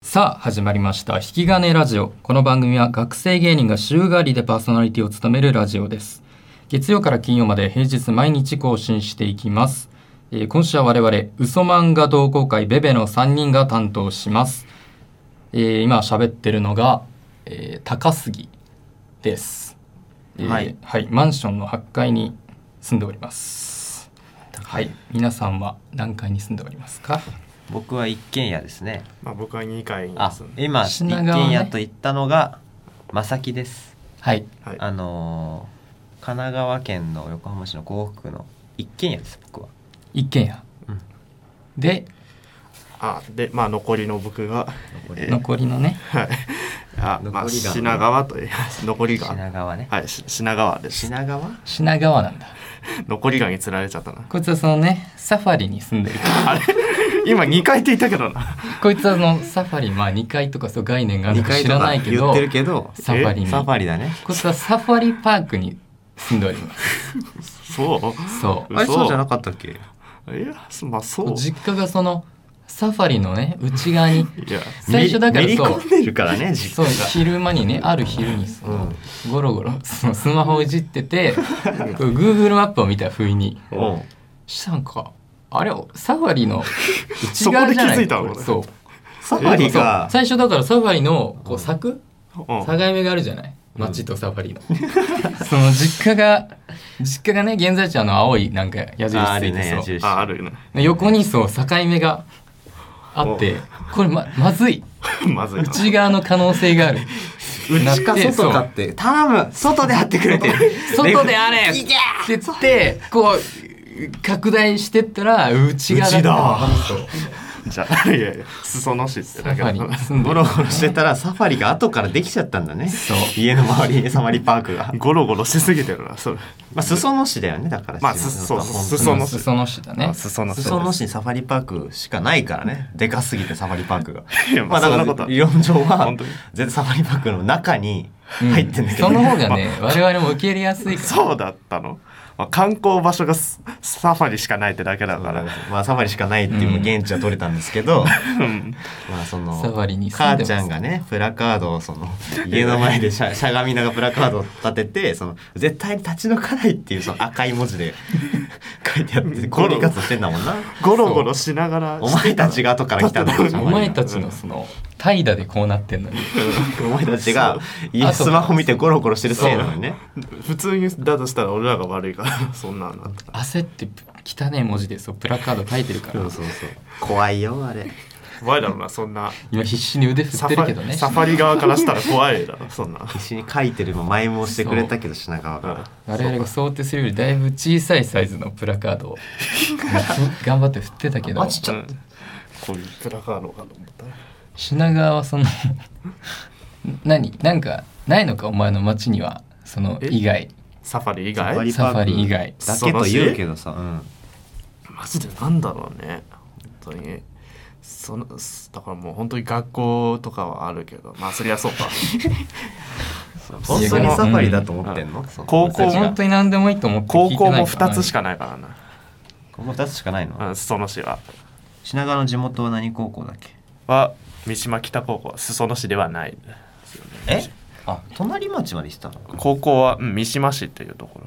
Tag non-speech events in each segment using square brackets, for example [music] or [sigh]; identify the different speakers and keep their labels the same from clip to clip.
Speaker 1: さあ始まりました「引き金ラジオ」この番組は学生芸人が週替わりでパーソナリティを務めるラジオです月曜から金曜まで平日毎日更新していきます、えー今週は我々嘘漫画同好会ベベの3人が担当します、えー今喋ってるのが、えー高杉です、えー
Speaker 2: はい
Speaker 1: はい、マンションの8階に住んでおりますはい皆さんは何階に住んでおりますか
Speaker 2: 僕は一軒家ですね
Speaker 3: まあ僕は2回に
Speaker 2: あ
Speaker 3: 住んで
Speaker 2: 今一
Speaker 1: 品川ね
Speaker 2: 軒家と言ったのが正木です
Speaker 1: はい
Speaker 3: はい
Speaker 2: あのー神奈川県の横浜市の港北区の一軒家です僕は
Speaker 1: 一軒家、
Speaker 2: うん
Speaker 1: で
Speaker 3: あでまあ残りの僕が
Speaker 2: 残り
Speaker 3: え
Speaker 1: 残りのね
Speaker 3: はいあま
Speaker 2: 残
Speaker 3: あ
Speaker 2: りが
Speaker 3: 品川という [laughs] 残りが
Speaker 2: 品川ね
Speaker 3: はいし品川です
Speaker 2: 品川
Speaker 1: 品川なんだ
Speaker 3: 残りがに釣られちゃったな
Speaker 1: こいつはそのねサファリに住んでるから
Speaker 3: あれ今2回って言ったけどな
Speaker 1: こいつはそのサファリまあ2階とかそう概念があるの
Speaker 2: 二
Speaker 1: か
Speaker 2: 階
Speaker 1: 知
Speaker 2: と
Speaker 1: らな
Speaker 2: か
Speaker 1: いけ
Speaker 2: 言
Speaker 1: ど
Speaker 2: ってるけど
Speaker 1: サファリに
Speaker 2: サフ
Speaker 1: こ
Speaker 2: ァリだね
Speaker 1: いつはサファリパークに住んでおります
Speaker 3: そ
Speaker 1: そ
Speaker 3: 嘘
Speaker 2: あれそうじゃなかったっけ
Speaker 3: ういやすまあそう
Speaker 1: う実家がそのサファリのね内側に
Speaker 3: いや
Speaker 1: 最初だから
Speaker 2: めり
Speaker 1: そう
Speaker 2: 込んでるからね実
Speaker 1: そう
Speaker 2: 家が
Speaker 1: 昼間にねある昼にそのゴロゴロそのスマホをいじっててこう Google マップを見た不意に
Speaker 2: おう
Speaker 1: したんかあれサファリの内
Speaker 3: そこ
Speaker 1: 側
Speaker 3: で
Speaker 1: じ
Speaker 3: 気
Speaker 1: ゃない
Speaker 3: づいたの俺
Speaker 1: そう
Speaker 2: サファリ
Speaker 1: そう
Speaker 2: が
Speaker 1: 最初だからサファリのこう柵
Speaker 3: うん
Speaker 1: 境目があるじゃない街とサファリの [laughs] その実家が実家がね現在地はあの青いなんか矢
Speaker 2: あ
Speaker 1: 印つ
Speaker 2: ある
Speaker 1: い
Speaker 2: ね矢
Speaker 1: て
Speaker 2: 印
Speaker 3: ああるね [laughs]
Speaker 1: そう横にそう境目があってこれままずい
Speaker 3: まずいな
Speaker 1: 内側の可能性がある
Speaker 2: 内か外かって頼む外で貼ってくれて
Speaker 1: 外であれって言ってこう拡大してったら内側だったのそう
Speaker 3: じゃあいやいや裾野市って
Speaker 1: サ
Speaker 3: だけ
Speaker 1: フ
Speaker 3: だ
Speaker 1: ァ
Speaker 3: な
Speaker 1: リに住んで
Speaker 2: ゴ
Speaker 1: る
Speaker 2: ロゴロしてたらサファリが後からできちゃったんだね
Speaker 1: そう
Speaker 2: 家の周りにサファリパークが
Speaker 3: ゴロゴロしすぎてるなそれ
Speaker 2: まあ裾野市だよねだから
Speaker 3: まあ
Speaker 2: 自分の
Speaker 3: すそう
Speaker 2: 本当に
Speaker 3: 裾野市
Speaker 1: 裾野市だね
Speaker 3: あ裾野市
Speaker 2: 裾野市にサファリパークしかないからねでかすぎてサファリパークが
Speaker 3: [laughs] いやまあ
Speaker 2: だ
Speaker 3: そんなことは
Speaker 2: 理論上は
Speaker 3: 本当に
Speaker 2: 全然サファリパークの中に入ってんだけど
Speaker 1: そ
Speaker 2: ね、
Speaker 1: の方がね我々も受け入れやすいから
Speaker 3: そうだったの、まあ、観光場所がスサファリしかないってだけだから
Speaker 2: まあサファリしかないっていう現地は取れたんですけど、
Speaker 3: うん
Speaker 2: まあその
Speaker 1: サファリに住ん
Speaker 2: 母
Speaker 1: でます
Speaker 2: ちゃんがねプラカードをその家の前でしゃしゃがみながらプラカードを立ててその絶対に立ち退かないっていうその赤い文字で書いてあって抗議活動してんだもんな
Speaker 3: ゴロゴロしながら
Speaker 2: お前たちが後から来たんだよ
Speaker 1: お前たちのその怠惰でこうなってんのに
Speaker 2: お前たちが
Speaker 1: あそう
Speaker 2: スマホ見てゴロゴロしてるせいなのにね
Speaker 3: 普通にだとしたら俺らが悪いから [laughs] そんなの
Speaker 1: 焦ってぷ汚い文字でそうプラカード書いてるから
Speaker 2: そうそう怖いよあれ
Speaker 3: 怖いだろうなそんな
Speaker 1: 今必死に腕振
Speaker 3: サ
Speaker 1: って
Speaker 3: フ
Speaker 1: る
Speaker 3: ァ
Speaker 1: けどね
Speaker 3: リサファリ側からしたら怖いだろそんな
Speaker 2: 一緒に書いてるの前もしてくれたけど品川
Speaker 3: うん
Speaker 2: が
Speaker 1: 我々が想定するよりだいぶ小さいサイズのプラカードを [laughs] 頑張って振ってたけど
Speaker 2: あちっちゃ
Speaker 3: うんこういうプラカードかと思った
Speaker 1: 品川はその [laughs] 何なんかないのかお前の町にはその以外
Speaker 3: サファリ以
Speaker 2: サファ
Speaker 3: 外
Speaker 2: リ
Speaker 1: サファリ以外
Speaker 2: だけと言うけどさ、うん、
Speaker 3: マジでなんだろうね本当にそのだからもう本当に学校とかはあるけどまあそりゃそうか
Speaker 2: 本当にサファリだと思ってんの、そう
Speaker 3: 高校
Speaker 2: 俺
Speaker 3: も
Speaker 2: たちが
Speaker 1: 本当に何でもいいと思って聞
Speaker 3: 高
Speaker 1: いて
Speaker 3: 校
Speaker 1: ない
Speaker 3: も
Speaker 1: から
Speaker 3: 2つしかないからな
Speaker 2: ここ2つしかないの、
Speaker 3: うん裾野市は
Speaker 2: 品川の地元は何高校だっけ
Speaker 3: は三島北高校裾野市ではない
Speaker 2: えあ隣町まで来たの
Speaker 3: 高校は、うん三島市っていうところ、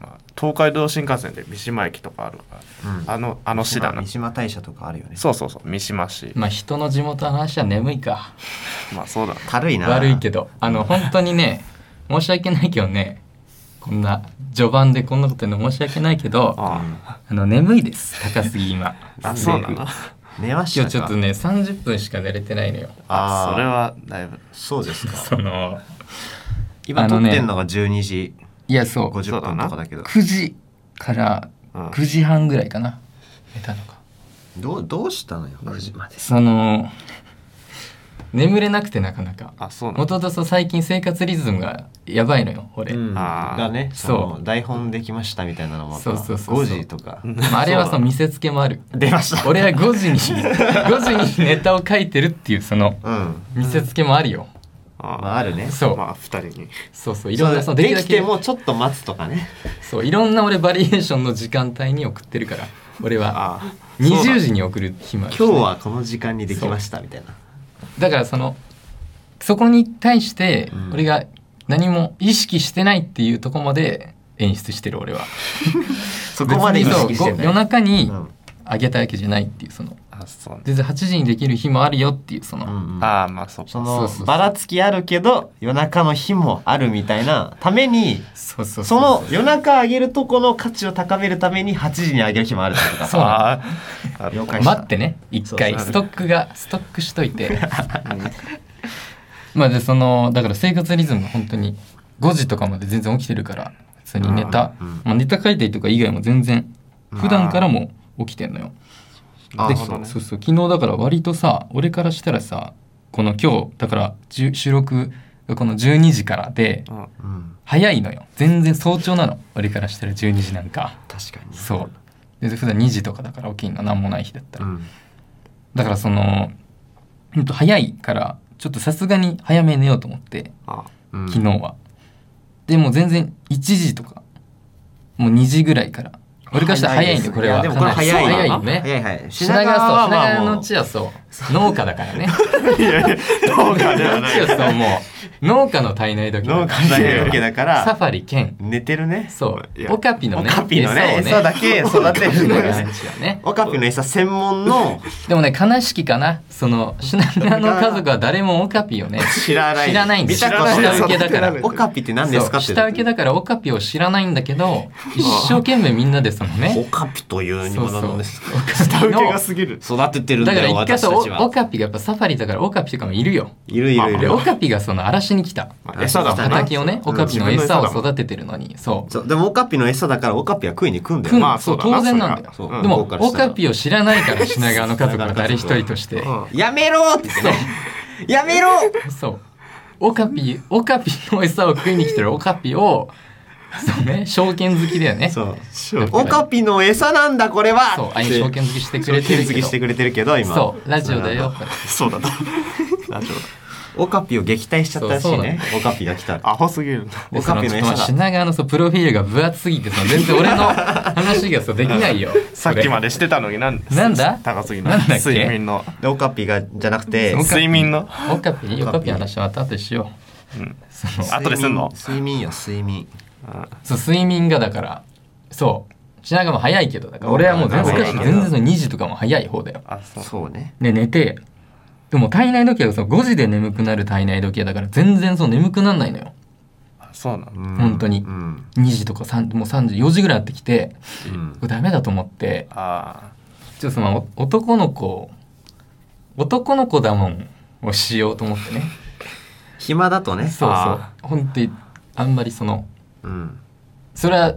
Speaker 3: まあ、東海道新幹線で三島駅とかあるから、
Speaker 2: うん
Speaker 3: あのあの市だな
Speaker 2: 三島大社とかあるよね
Speaker 3: そうそうそう三島市
Speaker 1: まあ人の地元の話は眠いか
Speaker 3: まあそうだな
Speaker 2: たるいな
Speaker 1: 悪いけどあの本当にね申し訳ないけどねこんな序盤でこんなこと言うの申し訳ないけどあ
Speaker 3: あ
Speaker 1: の眠いです高すぎ今
Speaker 3: あそうなの
Speaker 2: 寝まし
Speaker 1: 今
Speaker 2: た
Speaker 1: 日
Speaker 2: か
Speaker 1: ちょっとね30分しか寝れてないのよ
Speaker 2: あー
Speaker 3: それはだいぶ
Speaker 2: そうですか
Speaker 1: その
Speaker 2: 今
Speaker 1: あ
Speaker 2: 撮
Speaker 1: の
Speaker 2: っ
Speaker 1: ね
Speaker 2: てんのが12時
Speaker 1: いやそう
Speaker 2: 50分とかだけど
Speaker 1: 9時から
Speaker 3: うん
Speaker 1: 9時半ぐらいかな寝たのか
Speaker 2: どうどうしたのよ9時まで
Speaker 1: その眠れなくてなかなか
Speaker 3: あそうな
Speaker 1: も
Speaker 3: の
Speaker 1: ともとそう最近生活リズムがやばいのよ俺、
Speaker 2: うん、
Speaker 3: あー
Speaker 2: がね
Speaker 1: そう
Speaker 2: その台本できましたみたいなのも
Speaker 1: そうそうそうそう
Speaker 2: 5時とか
Speaker 1: まあ、あれはその見せつけもある
Speaker 2: 出ました
Speaker 1: 俺は5時に
Speaker 2: [laughs]
Speaker 1: 5時にネタを書いてるっていうその
Speaker 2: うんま
Speaker 1: 見せつけもあるよ、
Speaker 2: あ
Speaker 3: あ
Speaker 2: あるね
Speaker 1: そう、
Speaker 3: まあ2人に
Speaker 1: そうそういろんなそ
Speaker 2: そう
Speaker 1: の
Speaker 2: で
Speaker 1: できるだ
Speaker 2: きて
Speaker 1: け
Speaker 2: もちょっと待つとかね
Speaker 1: そういろんな俺バリエーションの時間帯に送ってるから俺は
Speaker 3: ああそうだ
Speaker 1: 20時に送る日もあるしね
Speaker 2: 今日はこの時間にできましたみたいな
Speaker 1: だからそのそこに対して
Speaker 2: うん
Speaker 1: 俺が何も意識してないっていうとこまで演出してる俺は
Speaker 2: そこまで意識
Speaker 1: 別に
Speaker 2: してな
Speaker 1: そう
Speaker 2: い
Speaker 1: 夜中に
Speaker 2: うん
Speaker 1: あげたわけじゃないっていうその
Speaker 4: あそうね
Speaker 1: 全然8時にできる日もあるよっていうその、
Speaker 2: うんうん
Speaker 4: ああまあそう
Speaker 2: そ
Speaker 4: か
Speaker 1: そう
Speaker 2: の
Speaker 1: そうそう
Speaker 2: ばらつきあるけど夜中の日もあるみたいなために
Speaker 1: そうそう
Speaker 2: その夜中上げるとこの価値を高めるために8時に上げる日もあるってことか
Speaker 1: そう
Speaker 4: あーあ
Speaker 2: 了解
Speaker 1: 待ってね一回
Speaker 2: そうそう
Speaker 1: ストックがストックしといて [laughs] まあでそのだから生活リズムが本当に5時とかまで全然起きてるから普通にネタ、
Speaker 2: うんうん
Speaker 1: まあ、ネタ書いたりとか以外も全然普段からも起きてんのよ。
Speaker 3: あ
Speaker 1: で
Speaker 3: なるほどね
Speaker 1: そうそう昨日だから割とさ俺からしたらさこの今日だからじゅ収録がこの12時からで
Speaker 4: うん
Speaker 2: うん
Speaker 1: 早いのよ全然早朝なの俺からしたら12時なんか
Speaker 2: 確かに
Speaker 1: そうで普段2時とかだから起きんの何もない日だったら、
Speaker 2: ん
Speaker 1: だからそのほんと早いからちょっとさすがに早めに寝ようと思って
Speaker 3: あ
Speaker 2: うん
Speaker 1: 昨日は、でもう全然1時とかもう2時ぐらいから俺からしたら早いん
Speaker 2: で
Speaker 1: ですこれは
Speaker 2: やでもこれ
Speaker 1: かなり
Speaker 2: 早いな
Speaker 1: 早いよね
Speaker 2: 早い早い
Speaker 1: 品川そう品川
Speaker 2: も
Speaker 1: の
Speaker 2: う
Speaker 1: 地はそう農家だから
Speaker 2: [laughs]
Speaker 1: ね
Speaker 3: どうか
Speaker 1: 地
Speaker 3: ね
Speaker 1: はそうもう農家の体内時計
Speaker 2: 農家だけ時だか
Speaker 1: サ
Speaker 2: ら
Speaker 1: ファリ兼
Speaker 2: 寝てるね
Speaker 1: そう
Speaker 3: いや
Speaker 1: オカピの
Speaker 2: オ
Speaker 1: ね
Speaker 2: カピのね
Speaker 1: 餌を
Speaker 2: 餌
Speaker 1: ね
Speaker 2: だけ育てるのがね
Speaker 1: 地はね
Speaker 2: オカピの餌専門
Speaker 1: [laughs]
Speaker 2: の
Speaker 1: でもね悲しきかなその品川の家族は誰もオカピをね
Speaker 2: 知らない
Speaker 1: 知らないんで
Speaker 2: 見
Speaker 1: すよ
Speaker 2: たこと
Speaker 1: 下
Speaker 2: ない
Speaker 1: 請けだから
Speaker 2: オカピって [laughs] 何ですかって
Speaker 1: そう下請けだからオカピを知らないんだけ
Speaker 2: [laughs]
Speaker 1: ど一生懸命みんなでその
Speaker 2: オ
Speaker 1: ね
Speaker 2: [laughs] カピというに
Speaker 1: そ
Speaker 2: も
Speaker 1: うそ
Speaker 2: な
Speaker 1: う
Speaker 2: のです
Speaker 3: 下請けが過ぎる
Speaker 2: 育ててるん
Speaker 1: だか
Speaker 2: だ
Speaker 1: ら
Speaker 2: よ
Speaker 1: 一回
Speaker 2: 私
Speaker 1: さ
Speaker 2: た
Speaker 1: お
Speaker 2: ちは
Speaker 1: オカピがやっぱサファリだからオカピとかもいるよ
Speaker 2: いるいる
Speaker 1: で
Speaker 2: いる
Speaker 1: オカピがその荒らしに来た
Speaker 3: まあ餌だもんね
Speaker 1: 畑をね
Speaker 2: う
Speaker 1: オ
Speaker 2: ん
Speaker 1: カピの
Speaker 3: 自分の餌
Speaker 1: 餌
Speaker 3: だ
Speaker 1: を
Speaker 3: もん
Speaker 1: 育ててるのにそう
Speaker 2: そうでもオカピの餌だからオカピは食いに食うんだよ
Speaker 1: くん
Speaker 3: まあ
Speaker 1: そう
Speaker 3: そうだな
Speaker 1: 当然なんだよ
Speaker 2: それはそう
Speaker 1: でも
Speaker 2: 向こうから
Speaker 1: オ
Speaker 2: したら
Speaker 1: カピを知らないから品川の家族は誰一人として
Speaker 3: うん
Speaker 2: やめろって言ってねやめろ
Speaker 1: そうオカピオカピの餌を食いに来てるオカピをそうね証券好きだよね
Speaker 2: そう
Speaker 3: そう
Speaker 2: オカピの餌なんだこれは
Speaker 1: そうあい証券好きしてくれてる
Speaker 2: 手
Speaker 1: け
Speaker 2: き
Speaker 1: ど
Speaker 2: してくれてるけど今
Speaker 1: そうラジオだよ
Speaker 3: そうだなラジ
Speaker 2: オカピを撃退しちゃったらし
Speaker 1: そう
Speaker 2: い
Speaker 1: そうな
Speaker 2: ねオカピが来た
Speaker 3: オアホすぎるな
Speaker 1: で
Speaker 2: オ
Speaker 1: そ
Speaker 2: カ
Speaker 1: の
Speaker 2: ピ
Speaker 1: ちょっ
Speaker 2: の
Speaker 1: とまあ
Speaker 2: 餌だ
Speaker 1: 品川のそうプロフィールが分厚すぎてその全然俺の話がそうできないよ
Speaker 3: さっきま
Speaker 1: で
Speaker 3: でしてたのになん
Speaker 1: なんだ
Speaker 3: 高すぎの
Speaker 1: なんだっけ
Speaker 3: 睡眠の
Speaker 2: でオカピがじゃなくて
Speaker 1: オカピ
Speaker 3: 睡眠の
Speaker 1: オカピオカピの話はまた後でしよ
Speaker 3: うん
Speaker 1: うその
Speaker 3: 後ですんの
Speaker 2: 睡眠よ睡眠
Speaker 1: そう睡眠がだからそう品川も早いけどだから俺はもう全然
Speaker 2: そう
Speaker 1: 全然その2時とかも早い方だよ
Speaker 4: あそう
Speaker 2: そうね
Speaker 1: で寝てでも体内時計がその5時で眠くなる体内時計だから全然その眠くならないのよ
Speaker 4: あそうなの
Speaker 2: うん
Speaker 1: 本当に
Speaker 2: うん
Speaker 1: 2時とか3もう3時4時ぐらいになってきて
Speaker 2: うん
Speaker 1: これダメだと思って
Speaker 4: あ
Speaker 1: ちょっとそのお男の子男の子だもんをしようと思ってね
Speaker 2: 暇だとね
Speaker 1: そうそう
Speaker 3: あ
Speaker 1: 本当にあんまりその
Speaker 2: うん
Speaker 1: それは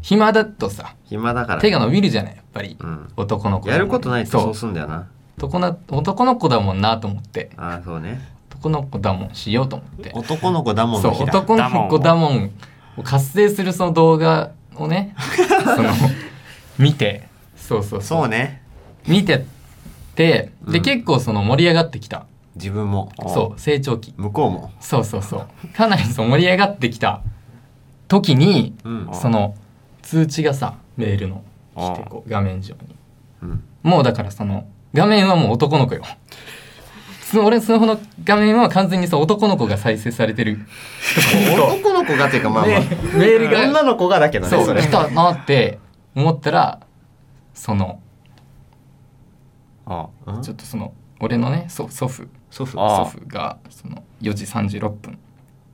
Speaker 1: 暇だとさ
Speaker 2: 暇だから
Speaker 1: 手が伸びるじゃないやっぱり
Speaker 2: うん
Speaker 1: 男の子だ
Speaker 2: や
Speaker 1: もん
Speaker 2: ることないと
Speaker 1: そ
Speaker 2: そう
Speaker 1: う
Speaker 2: すんだよな
Speaker 1: 男な男の子だもんなと思って
Speaker 2: ああそうね
Speaker 1: 男の子だもんしようと思って
Speaker 2: 男の子だもん
Speaker 1: そ
Speaker 2: の
Speaker 1: う
Speaker 2: 日だ
Speaker 1: 男の子だもんを活性するその動画を
Speaker 2: [laughs]
Speaker 1: ねその見てそうそうそう
Speaker 2: そうね
Speaker 1: 見ててで、
Speaker 2: うん
Speaker 1: 結構その盛り上がってきた
Speaker 2: 自分も
Speaker 1: そう成長期
Speaker 2: 向こうも
Speaker 1: そうそうそうかなりそう盛り上がってきた時に
Speaker 2: うん
Speaker 1: その通知がさメールの来てこう画面上に
Speaker 2: うん
Speaker 1: もうだからその画面はもう男の子よ [laughs] その俺のスマホの画面は完全にさ男の子が再生されてる
Speaker 2: 男の子がっていうかまあまあ
Speaker 1: メールが
Speaker 2: 女の子がだけど
Speaker 1: そ
Speaker 2: ね
Speaker 1: う
Speaker 2: それ
Speaker 1: 来たなって思ったらその
Speaker 4: あ
Speaker 2: うん
Speaker 1: ちょっとその俺のね祖祖父
Speaker 2: 祖父
Speaker 4: あ
Speaker 1: 祖父がその4時36分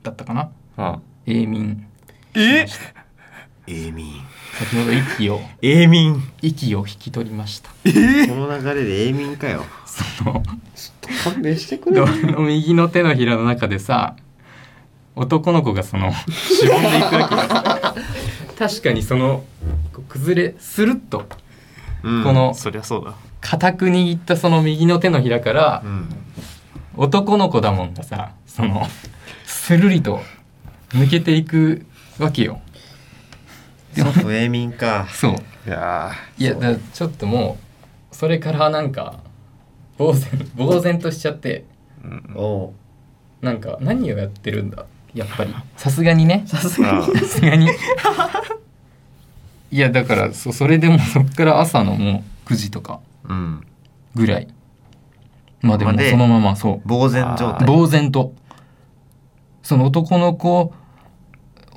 Speaker 1: だったかな
Speaker 4: あ
Speaker 1: 永眠
Speaker 3: え
Speaker 2: 永眠
Speaker 1: 先ほど息
Speaker 2: [laughs]
Speaker 1: を
Speaker 2: 永眠
Speaker 1: 息を引き取りました
Speaker 2: この流れで永眠かよ
Speaker 1: その
Speaker 2: 勘弁してく
Speaker 1: で俺の右の手のひらの中でさ男の子がそのしぼんでいくわけだ
Speaker 2: [laughs]
Speaker 1: 確かにそのこう崩れスルッと
Speaker 2: うん
Speaker 1: この
Speaker 3: そりゃそうだ
Speaker 1: 固く握ったその右の手のひらから
Speaker 2: うん
Speaker 1: 男の子だもんがさそのスルリと抜けていくわけよ
Speaker 2: 祖父永眠か
Speaker 1: そう
Speaker 4: いや
Speaker 1: いやだちょっともうそれからなんか呆然呆然としちゃって
Speaker 4: ーうん
Speaker 2: おう
Speaker 1: なんか何をやってるんだやっぱり [laughs] さすがにね
Speaker 2: さす
Speaker 4: あ
Speaker 1: さすがに [laughs] いやだからそそれでもそっから朝のもう9時とか
Speaker 2: うん
Speaker 1: ぐらいまあでも
Speaker 2: まで
Speaker 1: そのままそう
Speaker 2: 呆然状
Speaker 4: はい
Speaker 2: 態
Speaker 1: 呆然とその男の子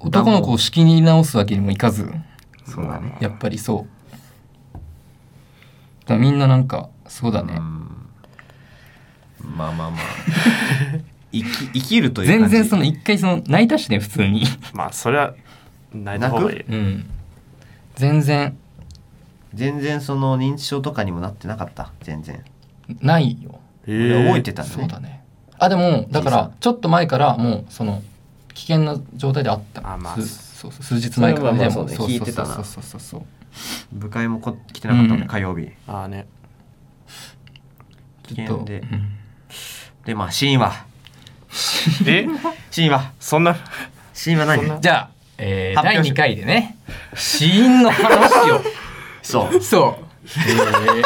Speaker 1: 男の子を仕切り直すわけにもいかず
Speaker 2: そうだね
Speaker 1: やっぱりそうだからみんななんかそうだね、
Speaker 2: うんまあまあ [laughs] まあ生き生きるという
Speaker 1: 全
Speaker 2: 感じ
Speaker 1: 然その一回その泣いたしね普通に
Speaker 3: まあそれは泣いた方がいい
Speaker 1: うん全然
Speaker 2: 全然その認知症とかにもなってなかった全然
Speaker 1: ないよ
Speaker 2: 俺覚えてたんだ
Speaker 1: そ
Speaker 2: ね
Speaker 1: うだねあでもだからちょっと前からもうその危険な状態であった
Speaker 3: あまあ
Speaker 1: すそうそう数日前から
Speaker 2: それはま
Speaker 1: で
Speaker 2: あ
Speaker 1: も
Speaker 2: そうね
Speaker 1: そう
Speaker 2: 聞いてたな
Speaker 1: そうそうそうそう
Speaker 2: 部会もこ来てなかったもんね
Speaker 1: うん
Speaker 2: 火曜日
Speaker 3: ああね
Speaker 2: 危
Speaker 1: ちょっ
Speaker 2: 険
Speaker 1: と
Speaker 2: で
Speaker 1: うん
Speaker 2: でまあ死因は
Speaker 3: え
Speaker 2: 死因は
Speaker 1: [laughs]
Speaker 3: そんな
Speaker 2: 死因は
Speaker 3: そんな
Speaker 2: 何
Speaker 1: じゃあ、えー、
Speaker 2: 発
Speaker 1: 第
Speaker 2: 表し
Speaker 1: 2回でね死因の話を
Speaker 2: [laughs]
Speaker 1: [laughs]
Speaker 2: そう
Speaker 1: そう、えー、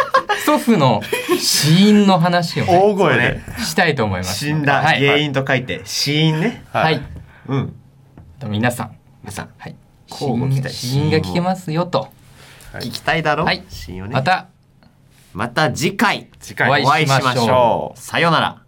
Speaker 1: 祖父の死因の話をね、
Speaker 3: 大声で
Speaker 1: したいと思います
Speaker 2: 死んだ
Speaker 1: はい、
Speaker 2: 原
Speaker 1: はい
Speaker 2: 因と書いて死因ね
Speaker 1: はい、
Speaker 2: うん
Speaker 1: 皆さん、
Speaker 2: 皆さん
Speaker 1: はい、死
Speaker 2: 交互期
Speaker 1: 因
Speaker 2: 待
Speaker 1: 死因が聞けますよと、
Speaker 4: はい
Speaker 2: 聞きたいだろ
Speaker 1: はい
Speaker 2: 死因をね
Speaker 1: また
Speaker 2: また次回
Speaker 4: 次
Speaker 1: お
Speaker 4: 回
Speaker 1: 会いしましょう
Speaker 2: さよなら